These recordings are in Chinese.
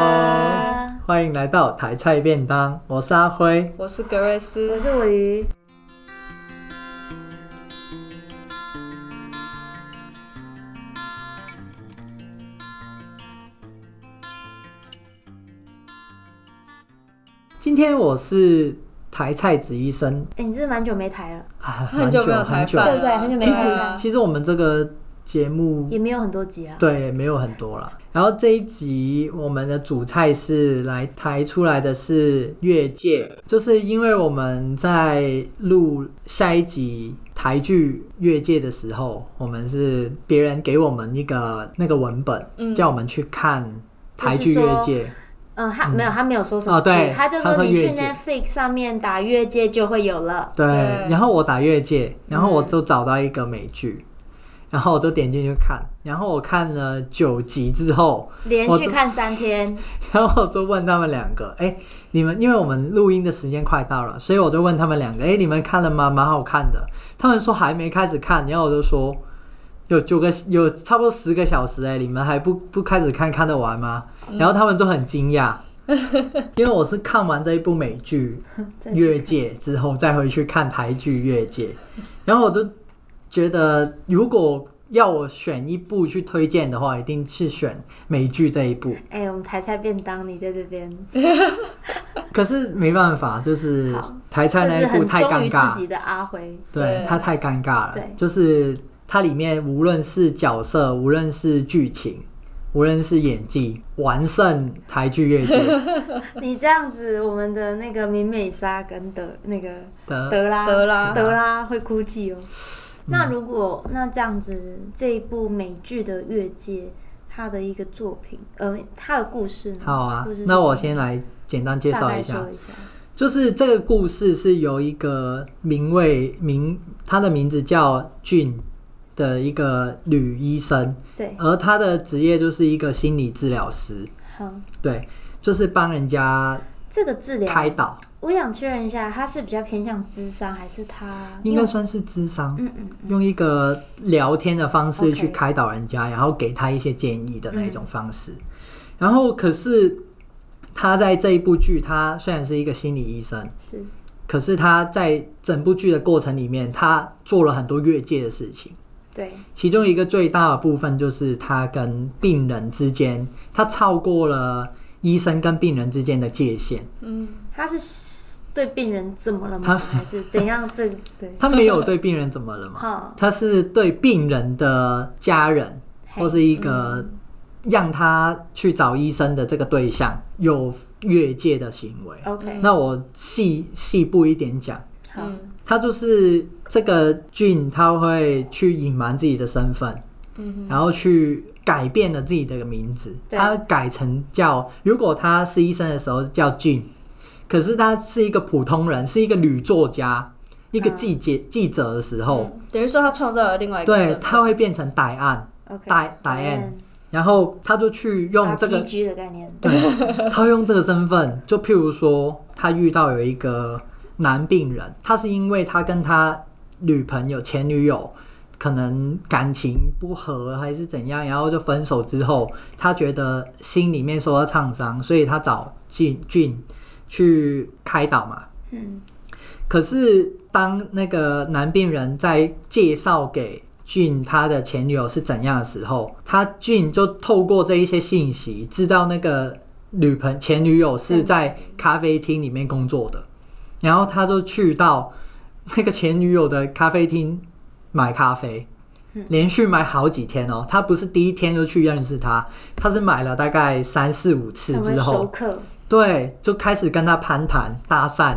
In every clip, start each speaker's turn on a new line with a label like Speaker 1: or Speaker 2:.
Speaker 1: Hello，
Speaker 2: 欢迎来到台菜便当，我是阿辉。
Speaker 1: 我是格瑞斯
Speaker 3: 我。是尾鱼，
Speaker 2: 今天我是台菜子医生，
Speaker 3: 哎、你真的蛮久没抬了，
Speaker 2: 啊、
Speaker 1: 很久没有台
Speaker 2: 很久。
Speaker 1: 饭了，
Speaker 3: 对对很久没
Speaker 2: 其
Speaker 3: 台
Speaker 2: 实
Speaker 3: 饭
Speaker 2: 其实我们这个节目
Speaker 3: 也没有很多集啊。
Speaker 2: 对没有很多啦。然后这一集我们的主菜是来台出来的是越界，就是因为我们在录下一集台剧越界的时候，我们是别人给我们一个那个文本，
Speaker 1: 嗯
Speaker 2: 叫我们去看
Speaker 3: 就是
Speaker 2: 台剧
Speaker 3: 说
Speaker 2: 越界。
Speaker 3: 嗯，他没有，他没有说什么
Speaker 2: 哦
Speaker 3: 剧，
Speaker 2: 对
Speaker 3: 他就
Speaker 2: 他说
Speaker 3: 你去
Speaker 2: 越界
Speaker 3: Netflix 上面打越界就会有了。
Speaker 2: 对，
Speaker 1: 对
Speaker 2: 然后我打越界，然后我就找到一个美剧，然后我就点进去看，然后我看了九集之后，
Speaker 3: 连
Speaker 2: 我
Speaker 3: 续
Speaker 2: 就
Speaker 3: 看三天，
Speaker 2: 然后我就问他们两个，哎，你们因为我们录音的时间快到了，所以我就问他们两个，哎，你们看了吗？蛮好看的。他们说还没开始看，然后我就说有九个有差不多十个小时，哎，你们还不不开始看看得完吗？然后他们就很惊讶，因为我是看完这一部美剧
Speaker 3: 再
Speaker 2: 《越界》之后，再回去看台剧《越界》，然后我就觉得，如果要我选一部去推荐的话，一定是选美剧这一部。
Speaker 3: 哎、我们台菜便当，你在这边，
Speaker 2: 可是没办法，就是
Speaker 3: 好
Speaker 2: 台 菜
Speaker 3: 这
Speaker 2: 那
Speaker 3: 是
Speaker 2: 一部
Speaker 3: 很
Speaker 2: 太
Speaker 3: 忠
Speaker 2: 尴
Speaker 3: 于自
Speaker 2: 尬
Speaker 3: 己，的阿辉。
Speaker 2: 对
Speaker 1: 对
Speaker 2: 它太尴尬了
Speaker 3: 对。
Speaker 2: 就是它里面无论是角色，无论是剧情，无论是演技，完胜台剧 《越界》
Speaker 3: 你这样子，我们的那个明美莎跟德那个
Speaker 2: 的。
Speaker 3: 德拉
Speaker 1: 德拉
Speaker 3: 德拉会哭泣哦。那如果那这样子，这一部美剧的越界，它的一个作品，呃，它的故事呢？
Speaker 2: 好啊
Speaker 3: 故事，是
Speaker 2: 那我
Speaker 3: 怎么
Speaker 2: 先来简单介
Speaker 3: 大
Speaker 2: 绍
Speaker 3: 概
Speaker 2: 一下
Speaker 3: 说。一下。
Speaker 2: 就是这个故事是由一个名为名，他的名字叫俊的一个女医生，
Speaker 3: 对，
Speaker 2: 而他的职业就是一个心理治疗师，
Speaker 3: 好，
Speaker 2: 对，就是帮人家
Speaker 3: 这个治疗，
Speaker 2: 开导，
Speaker 3: 我想确认一下，它是比较偏向智商，还是他？因
Speaker 2: 应
Speaker 3: 为
Speaker 2: 该
Speaker 3: 我
Speaker 2: 算是智商，
Speaker 3: 嗯嗯，
Speaker 2: 用一个聊天的方式
Speaker 3: OK
Speaker 2: 去开导人家，然后给他一些建议的那一种方式。
Speaker 3: 嗯
Speaker 2: 然后可是他在这一部剧，他虽然是一个心理医生，
Speaker 3: 是
Speaker 2: 可是他在整部剧的过程里面，他做了很多越界的事情。
Speaker 3: 对，
Speaker 2: 其中一个最大的部分就是他跟病人之间，他超过了医生跟病人之间的界限，
Speaker 1: 嗯，
Speaker 3: 他是对病人怎么了
Speaker 2: 他
Speaker 3: 吗？还是怎样？这对，
Speaker 2: 他没有对病人怎么了 嘛，
Speaker 3: 好，
Speaker 2: 他是对病人的家人
Speaker 3: 嘿
Speaker 2: 或是一个让他去找医生的这个对象有越界的行为。
Speaker 3: OK，
Speaker 2: 那我细细部一点讲，
Speaker 3: 好，
Speaker 1: 嗯
Speaker 2: 他就是这个俊，他会去隐瞒自己的身份，
Speaker 1: 嗯
Speaker 2: 然后去改变了自己的名字，
Speaker 3: 对
Speaker 2: 他改成叫，如果他是医生的时候叫俊，可是他是一个普通人，是一个女作家，一个记者、记者的时候，
Speaker 1: 嗯等于说他创造了另外一个
Speaker 2: 哦
Speaker 1: 身
Speaker 2: 对，
Speaker 1: 份，
Speaker 2: 他会变成答案，
Speaker 3: OK，
Speaker 2: 答答案，然后他就去用这个
Speaker 3: RPG 的概念，
Speaker 2: 对，他会用这个身份，就譬如说，他遇到有一个男病人，他是因为他跟他女朋友、前女友可能感情不和还是怎样，然后就分手之后，他觉得心里面受到创伤，所以他找俊俊去开导嘛。
Speaker 3: 嗯，
Speaker 2: 可是当那个男病人在介绍给俊他的前女友是怎样的时候，他俊就透过这一些信息，知道那个女朋前女友是
Speaker 3: 嗯
Speaker 2: 在咖啡厅里面工作的，然后他就去到那个前女友的咖啡厅买咖啡。
Speaker 3: 嗯
Speaker 2: 连续买好几天哦，他不是第一天就去认识他，他是买了大概三四五次
Speaker 3: 成为
Speaker 2: 之后，
Speaker 3: 熟客，
Speaker 2: 对，就开始跟他攀谈搭讪，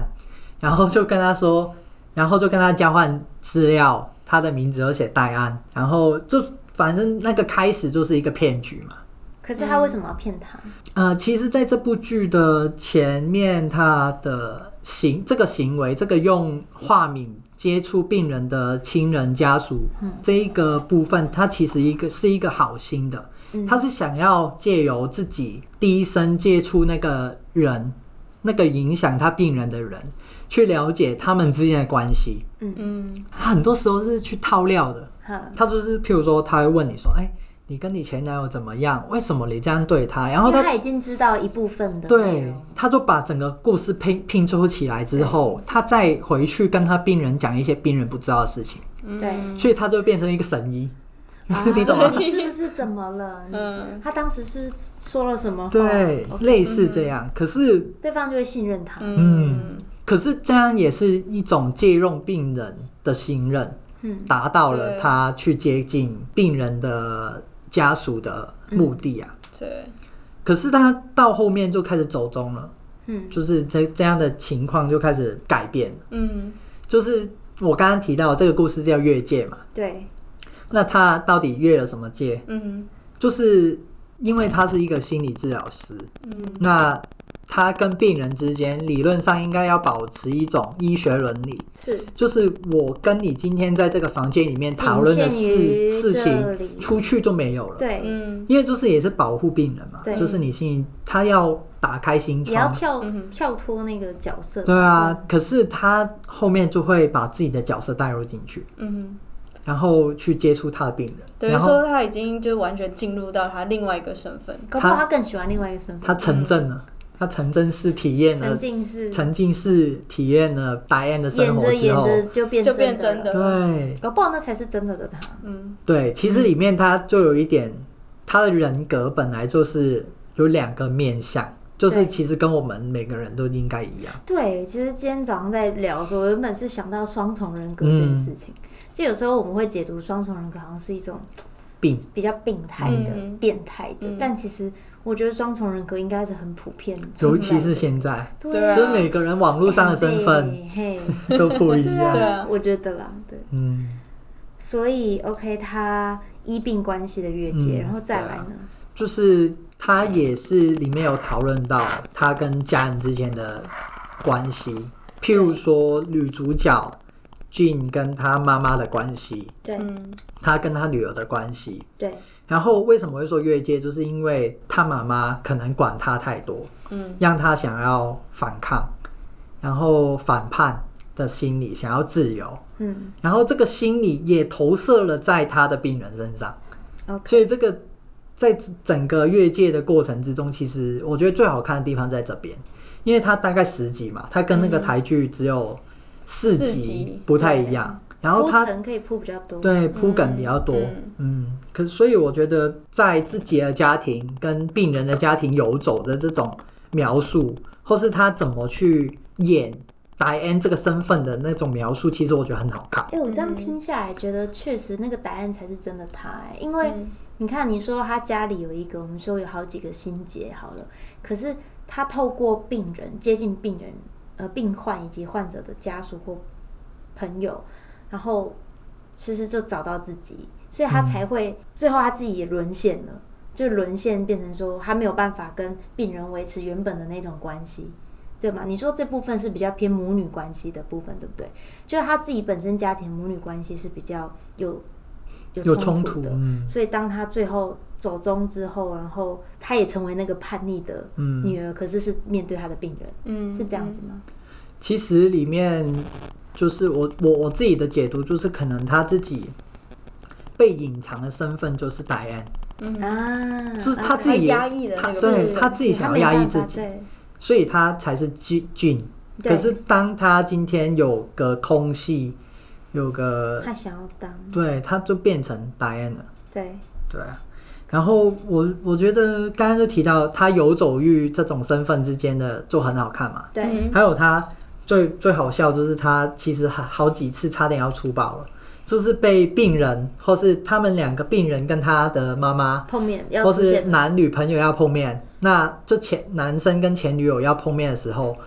Speaker 2: 然后就跟他说，然后就跟他交换资料，他的名字有写戴安，然后就反正那个开始就是一个骗局嘛。
Speaker 3: 可是他为什么要骗他？
Speaker 2: 呃，其实，在这部剧的前面，他的行这个行为，这个用化名接触病人的亲人家属、这一个部分，他其实一个是一个好心的，他是想要借由自己第一身接触那个人，那个影响他病人的人，去了解他们之间的关系。
Speaker 1: 嗯
Speaker 2: 他很多时候是去套料的，
Speaker 3: 哈，
Speaker 2: 他就是譬如说，他会问你说：“哎、你跟你前男友怎么样？为什么你这样对他？然后
Speaker 3: 因为
Speaker 2: 他
Speaker 3: 他已经知道一部分的内
Speaker 2: 对
Speaker 3: 容，
Speaker 2: 他就把整个故事拼拼凑起来之后，他再回去跟他病人讲一些病人不知道的事情，
Speaker 1: 嗯
Speaker 3: 对，
Speaker 2: 所以他就变成一个神医，
Speaker 3: 啊
Speaker 2: 你懂吗？
Speaker 3: 你是不是怎么了？
Speaker 1: 嗯
Speaker 3: 他当时是说了什么话？
Speaker 2: 对，
Speaker 3: 嗯
Speaker 2: 类似这样。可是，
Speaker 3: 对方就会信任他。
Speaker 2: 嗯，可是这样也是一种借用病人的信任，
Speaker 3: 嗯，
Speaker 2: 达到了
Speaker 1: 对
Speaker 2: 他去接近病人的家属的目的
Speaker 3: 嗯
Speaker 2: 啊。
Speaker 1: 对，
Speaker 2: 可是他到后面就开始走中了，
Speaker 3: 嗯，
Speaker 2: 就是这这样的情况就开始改变了。
Speaker 1: 嗯
Speaker 2: 就是我刚刚提到这个故事叫越界嘛，
Speaker 3: 对，
Speaker 2: 那他到底越了什么界？
Speaker 1: 嗯
Speaker 2: 就是因为他是一个心理治疗师，
Speaker 1: 嗯
Speaker 2: 那他跟病人之间理论上应该要保持一种医学伦理，
Speaker 3: 是
Speaker 2: 就是我跟你今天在这个房间里面讨论的
Speaker 3: 仅限于
Speaker 2: 事事
Speaker 3: 这
Speaker 2: 情，
Speaker 3: 里
Speaker 2: 出去就没有了。
Speaker 3: 对，
Speaker 1: 嗯
Speaker 2: 因为就是也是保护病人嘛，
Speaker 3: 对
Speaker 2: 就是你心里他要打开心
Speaker 3: 也要
Speaker 2: 窗，
Speaker 3: 跳
Speaker 1: 嗯哼
Speaker 3: 跳脱那个角色。
Speaker 2: 对啊，可是他后面就会把自己的角色带入进去，
Speaker 1: 嗯，
Speaker 2: 然后去接触他的病人，
Speaker 1: 等于
Speaker 2: 然后
Speaker 1: 说他已经就完全进入到他另外一个身份。
Speaker 3: 搞不好
Speaker 2: 他
Speaker 3: 他更喜欢另外一个身份，
Speaker 2: 他成真了，他成真是体验了
Speaker 3: 沉浸式，
Speaker 2: 沉浸式体验了 Diane 的生
Speaker 3: 演
Speaker 2: 活
Speaker 3: 着
Speaker 2: 之
Speaker 3: 演
Speaker 2: 后，
Speaker 3: 着就变
Speaker 1: 就变
Speaker 3: 真
Speaker 1: 真
Speaker 3: 的
Speaker 1: 的
Speaker 3: 了。
Speaker 2: 对
Speaker 3: 搞不好那才是真的的他。
Speaker 1: 嗯
Speaker 2: 对，其实里面他就有一点，他的人格本来就是有两个面相，就是
Speaker 3: 对
Speaker 2: 其实跟我们每个人都应该一样，
Speaker 3: 对，其实今天早上在聊的时候，我原本是想到双重人格这
Speaker 2: 嗯
Speaker 3: 件事情。就有时候我们会解读双重人格好像是一种
Speaker 2: 病
Speaker 3: 比较病态的、
Speaker 1: 嗯
Speaker 3: 变态的，
Speaker 1: 嗯
Speaker 3: 但其实我觉得双重人格应该是很普遍存在的，
Speaker 2: 尤其是现在，
Speaker 3: 对
Speaker 1: 对
Speaker 3: 啊，哎
Speaker 1: 啊
Speaker 2: 就是每个人网络上的身份
Speaker 3: 嘿，
Speaker 2: 都 不
Speaker 3: 嘿
Speaker 2: 一
Speaker 3: 是
Speaker 1: 对
Speaker 2: 样，
Speaker 1: 啊
Speaker 3: 啊，我觉得啦，对，
Speaker 2: 嗯。
Speaker 3: 所以 OK，他医病关系的越界，
Speaker 2: 嗯
Speaker 3: 然后再来呢，
Speaker 2: 就是他也是里面有讨论到他跟家人之间的关系，譬如说女主角俊跟她妈妈的关系，
Speaker 3: 对
Speaker 1: 嗯
Speaker 2: 她跟她女儿的关系。
Speaker 3: 对，
Speaker 2: 然后为什么会说越界，就是因为她妈妈可能管她太多，
Speaker 1: 嗯
Speaker 2: 让她想要反抗，然后反叛的心理，想要自由。
Speaker 3: 嗯
Speaker 2: 然后这个心理也投射了在她的病人身上，
Speaker 3: ，OK，
Speaker 2: 所以这个在整个越界的过程之中，其实我觉得最好看的地方在这边，因为它大概十集嘛，它跟那个台剧只有四
Speaker 1: 四
Speaker 2: 集
Speaker 1: 集，
Speaker 2: 不太一样。然后
Speaker 3: 铺
Speaker 2: 它
Speaker 3: 陈可以铺比较多，
Speaker 2: 对铺梗比较多，嗯
Speaker 1: 嗯，
Speaker 2: 可所以我觉得在自己的家庭跟病人的家庭游走的这种描述，或是他怎么去演 Diane 这个身份的那种描述，其实我觉得很好看。
Speaker 3: 哎、我这样听下来，觉得确实那个答案才是真的他、哎因为
Speaker 1: 嗯
Speaker 3: 你看，你说他家里有一个，我们说有好几个心结，好了，可是他透过病人接近病人，呃，病患以及患者的家属或朋友，然后其实就找到自己，所
Speaker 2: 嗯
Speaker 3: 以他才会、最后他自己也沦陷了，就沦陷变成说他没有办法跟病人维持原本的那种关系。对吗？你说这部分是比较偏母女关系的部分，对不对？就是他自己本身家庭母女关系是比较有
Speaker 2: 有
Speaker 3: 冲
Speaker 2: 冲突
Speaker 3: 的，
Speaker 2: 嗯
Speaker 3: 所以当他最后走中之后，然后他也成为那个叛逆的
Speaker 2: 嗯
Speaker 3: 女儿，可是是面对他的病人，
Speaker 1: 嗯
Speaker 3: 是这样子吗？
Speaker 2: 其实里面就是我我我自己的解读，就是可能他自己被隐藏的身份就是 Diane，
Speaker 1: 嗯呃
Speaker 3: 啊，
Speaker 2: 就是他自
Speaker 1: 他
Speaker 2: 己也
Speaker 1: 压抑的那
Speaker 2: 他
Speaker 1: 个
Speaker 2: 啊对
Speaker 3: 是
Speaker 2: 他自己
Speaker 3: 是
Speaker 2: 想要
Speaker 3: 没
Speaker 2: 压抑
Speaker 3: 办法
Speaker 2: 自己，
Speaker 3: 对
Speaker 2: 所以他才是俊俊。
Speaker 3: 对
Speaker 2: 可是当他今天有个空隙，有个
Speaker 3: 他想要当
Speaker 2: 对，他就变成 Diane 了，
Speaker 3: 对，
Speaker 2: 对啊。然后我我觉得刚刚就提到他游走于这种身份之间的就很好看嘛，
Speaker 3: 对，
Speaker 1: 嗯
Speaker 2: 还有他最最好笑就是他其实好好几次差点要出宝了，就是被病人或是他们两个病人跟他的妈妈
Speaker 3: 碰面要
Speaker 2: 或
Speaker 3: 出
Speaker 2: 是
Speaker 3: 现的
Speaker 2: 男女朋友要碰面，那就前男生跟前女友要碰面的时候，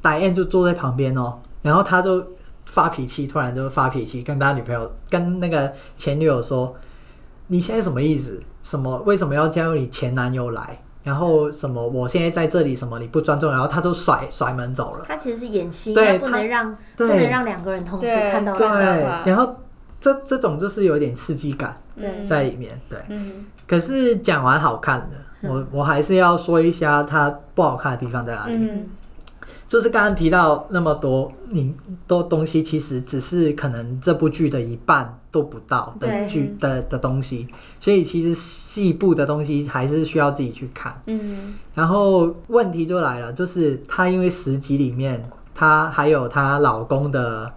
Speaker 2: 戴燕就坐在旁边哦，然后他就发脾气，突然就发脾气，跟他女朋友跟那个前女友说：“你现在什么意思？什么为什么要叫你前男友来？”然后什么，我现在在这里，什么你不尊重，然后他就甩甩门走了。
Speaker 3: 他其实是演戏，
Speaker 2: 对
Speaker 3: 他不
Speaker 2: 他
Speaker 3: 能让不
Speaker 2: 对
Speaker 3: 能让两个人同时
Speaker 1: 对
Speaker 3: 看到
Speaker 2: 对
Speaker 3: 他，
Speaker 1: 吧，
Speaker 2: 然后这这种就是有点刺激感
Speaker 3: 对
Speaker 1: 嗯
Speaker 2: 在里面，对。
Speaker 1: 嗯
Speaker 2: 可是讲完好看的，我我还是要说一下它不好看的地方在哪里。
Speaker 1: 嗯
Speaker 2: 就是刚刚提到那么多，你多东西其实只是可能这部剧的一半都不到的
Speaker 3: 对
Speaker 2: 剧的的东西，所以其实细部的东西还是需要自己去看。
Speaker 1: 嗯，
Speaker 2: 然后问题就来了，就是她因为十集里面，她还有她老公的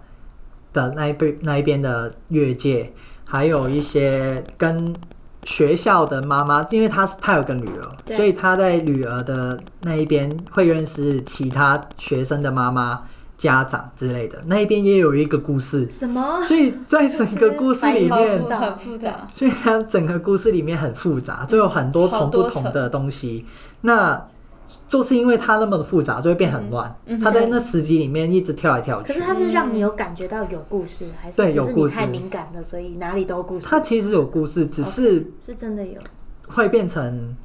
Speaker 2: 的那一边那一边的越界，还有一些跟学校的妈妈，因为她她有个女儿，
Speaker 3: 对
Speaker 2: 所以她在女儿的那一边会认识其他学生的妈妈、家长之类的，那一边也有一个故事。
Speaker 3: 什么？
Speaker 2: 所以在整个故事里
Speaker 3: 白
Speaker 2: 面
Speaker 3: 头，道
Speaker 1: 很复杂，
Speaker 2: 所以它整个故事里面很复杂，就有很多从不同的东西。那就是因为它那么复杂，就会变很乱。
Speaker 1: 嗯嗯
Speaker 2: 它在那十集里面一直跳来跳
Speaker 3: 可
Speaker 2: 去
Speaker 3: 是。它是让你有感觉到有故事，还
Speaker 2: 对
Speaker 3: 是只
Speaker 2: 有
Speaker 3: 是
Speaker 2: 故
Speaker 3: 你
Speaker 2: 事
Speaker 3: 太敏感了，所以哪里都有故
Speaker 2: 它
Speaker 3: 事？
Speaker 2: 其实有故事，只是
Speaker 3: 是真的有，
Speaker 2: 会变成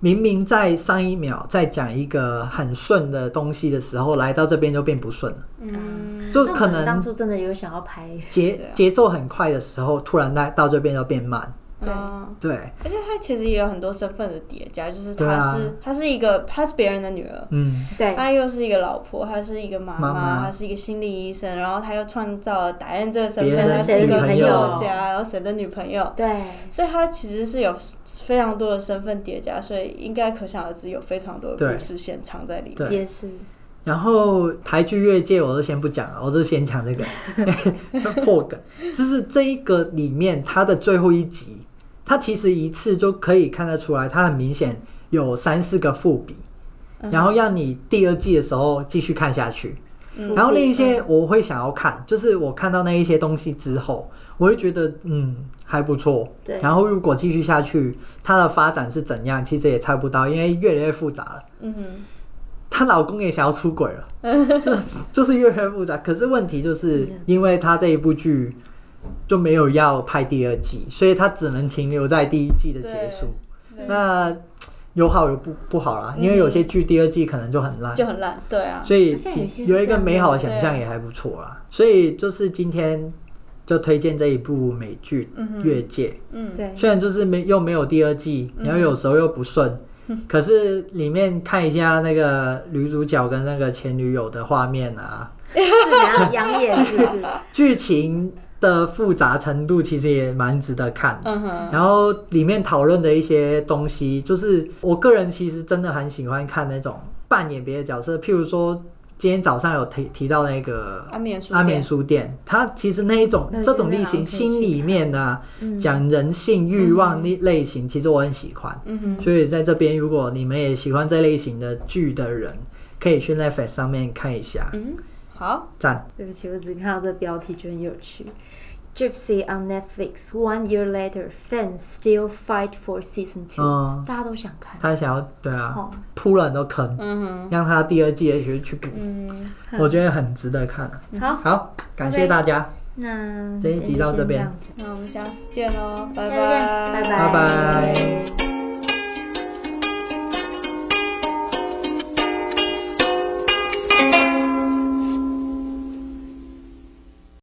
Speaker 2: 明明在上一秒在讲一个很顺的东西的时候，来到这边就变不顺了，
Speaker 1: 嗯，
Speaker 2: 就
Speaker 3: 那我
Speaker 2: 可
Speaker 3: 当
Speaker 2: 能
Speaker 3: 初真的有想要拍，
Speaker 1: 对
Speaker 2: 节
Speaker 1: 啊
Speaker 2: 节奏很快的时候，突然来到这边就变慢。
Speaker 3: 对
Speaker 1: 哦
Speaker 2: 对，
Speaker 1: 而且她其实也有很多身份的叠加，就是
Speaker 2: 对啊
Speaker 1: 她是她是一个她是别人的女儿，
Speaker 2: 嗯，
Speaker 3: 对，
Speaker 1: 她又是一个老婆，她是一个妈
Speaker 2: 妈妈
Speaker 1: 她是一个心理医生，然后她又创造了达燕这个身
Speaker 2: 别
Speaker 1: 份，
Speaker 2: 人
Speaker 1: 她
Speaker 2: 的
Speaker 1: 是一
Speaker 2: 女
Speaker 1: 个
Speaker 2: 朋
Speaker 1: 作
Speaker 2: 友
Speaker 1: 家，然后谁的女朋友，
Speaker 3: 对，
Speaker 1: 所以她其实是有非常多的身份叠加，所以应该可想而知有非常多的
Speaker 2: 对
Speaker 1: 故事线藏在里面。
Speaker 2: 对。
Speaker 3: 也是
Speaker 2: 然后台剧越界我都先不讲了，我就先讲这 个破梗，就是这一个里面它的最后一集，它其实一次就可以看得出来，它很明显有三四个伏笔，
Speaker 1: 嗯
Speaker 2: 然后让你第二季的时候继续看下去。
Speaker 1: 嗯
Speaker 2: 然后另一些我会想要看，就是我看到那一些东西之后，我会觉得嗯还不错。
Speaker 3: 对
Speaker 2: 然后如果继续下去，它的发展是怎样，其实也猜不到，因为越来越复杂了。
Speaker 1: 嗯哼，
Speaker 2: 她老公也想要出轨了，就就是越来越复杂。可是问题就是
Speaker 3: 嗯
Speaker 2: 因为她这一部剧就没有要拍第二季，所以她只能停留在第一季的结束。
Speaker 1: 对
Speaker 2: 那有好有不不好啦，
Speaker 1: 嗯
Speaker 2: 因为有些剧第二季可能就很烂，
Speaker 1: 就很烂，对啊，
Speaker 2: 所以
Speaker 3: 好像有些是
Speaker 2: 有一
Speaker 3: 这
Speaker 2: 个
Speaker 3: 样
Speaker 2: 美好的
Speaker 1: 的
Speaker 2: 想象也还不错啦。所以就是今天就推荐这一部美剧
Speaker 1: 嗯
Speaker 2: 《
Speaker 1: 哼
Speaker 2: 越界》。
Speaker 1: 嗯，
Speaker 3: 对，
Speaker 2: 虽然就是没又没有第二季，然后有时候又不顺，可是里面看一下那个女主角跟那个前女友的画面啊，
Speaker 1: 嗯
Speaker 3: 是杨杨野是不是？
Speaker 2: 剧情的复杂程度其实也蛮值得看的。
Speaker 1: 嗯哼，
Speaker 2: 然后里面讨论的一些东西，就是我个人其实真的很喜欢看那种扮演别的角色，譬如说今天早上有提提到那个
Speaker 1: 安眠书，
Speaker 2: 阿眠，书店，它其实那一种
Speaker 3: 那
Speaker 2: 这种类
Speaker 3: 真的
Speaker 2: 型
Speaker 3: 好可以
Speaker 2: 心里面呢、啊，
Speaker 3: 嗯
Speaker 2: 讲人性欲望类类型，其实我很喜欢。
Speaker 1: 嗯哼，
Speaker 2: 所以在这边，如果你们也喜欢这类型的剧的人，可以去 Netflix 上面看一下，
Speaker 1: 嗯，好，
Speaker 2: 赞。
Speaker 3: 对不起，我只看到这标题觉得很有趣。Gypsy on Netflix. One year later, fans still fight for season two.
Speaker 2: 嗯，
Speaker 3: 大家都想看。
Speaker 2: 他想要对啊
Speaker 3: 哦，
Speaker 2: 铺了很多坑，
Speaker 1: 嗯哼，
Speaker 2: 让他第二季也许去补，
Speaker 1: 嗯，
Speaker 2: 我觉得很值得看啊。
Speaker 3: 好，
Speaker 2: 好，感谢
Speaker 3: OK
Speaker 2: 大家，
Speaker 3: 那
Speaker 2: 这一集
Speaker 3: 嗯今天就
Speaker 2: 到这
Speaker 3: 先
Speaker 2: 边
Speaker 3: 样子
Speaker 1: 那我们下次见喽，拜
Speaker 3: 下次见，拜
Speaker 2: 拜
Speaker 1: 拜，
Speaker 2: 拜
Speaker 3: 拜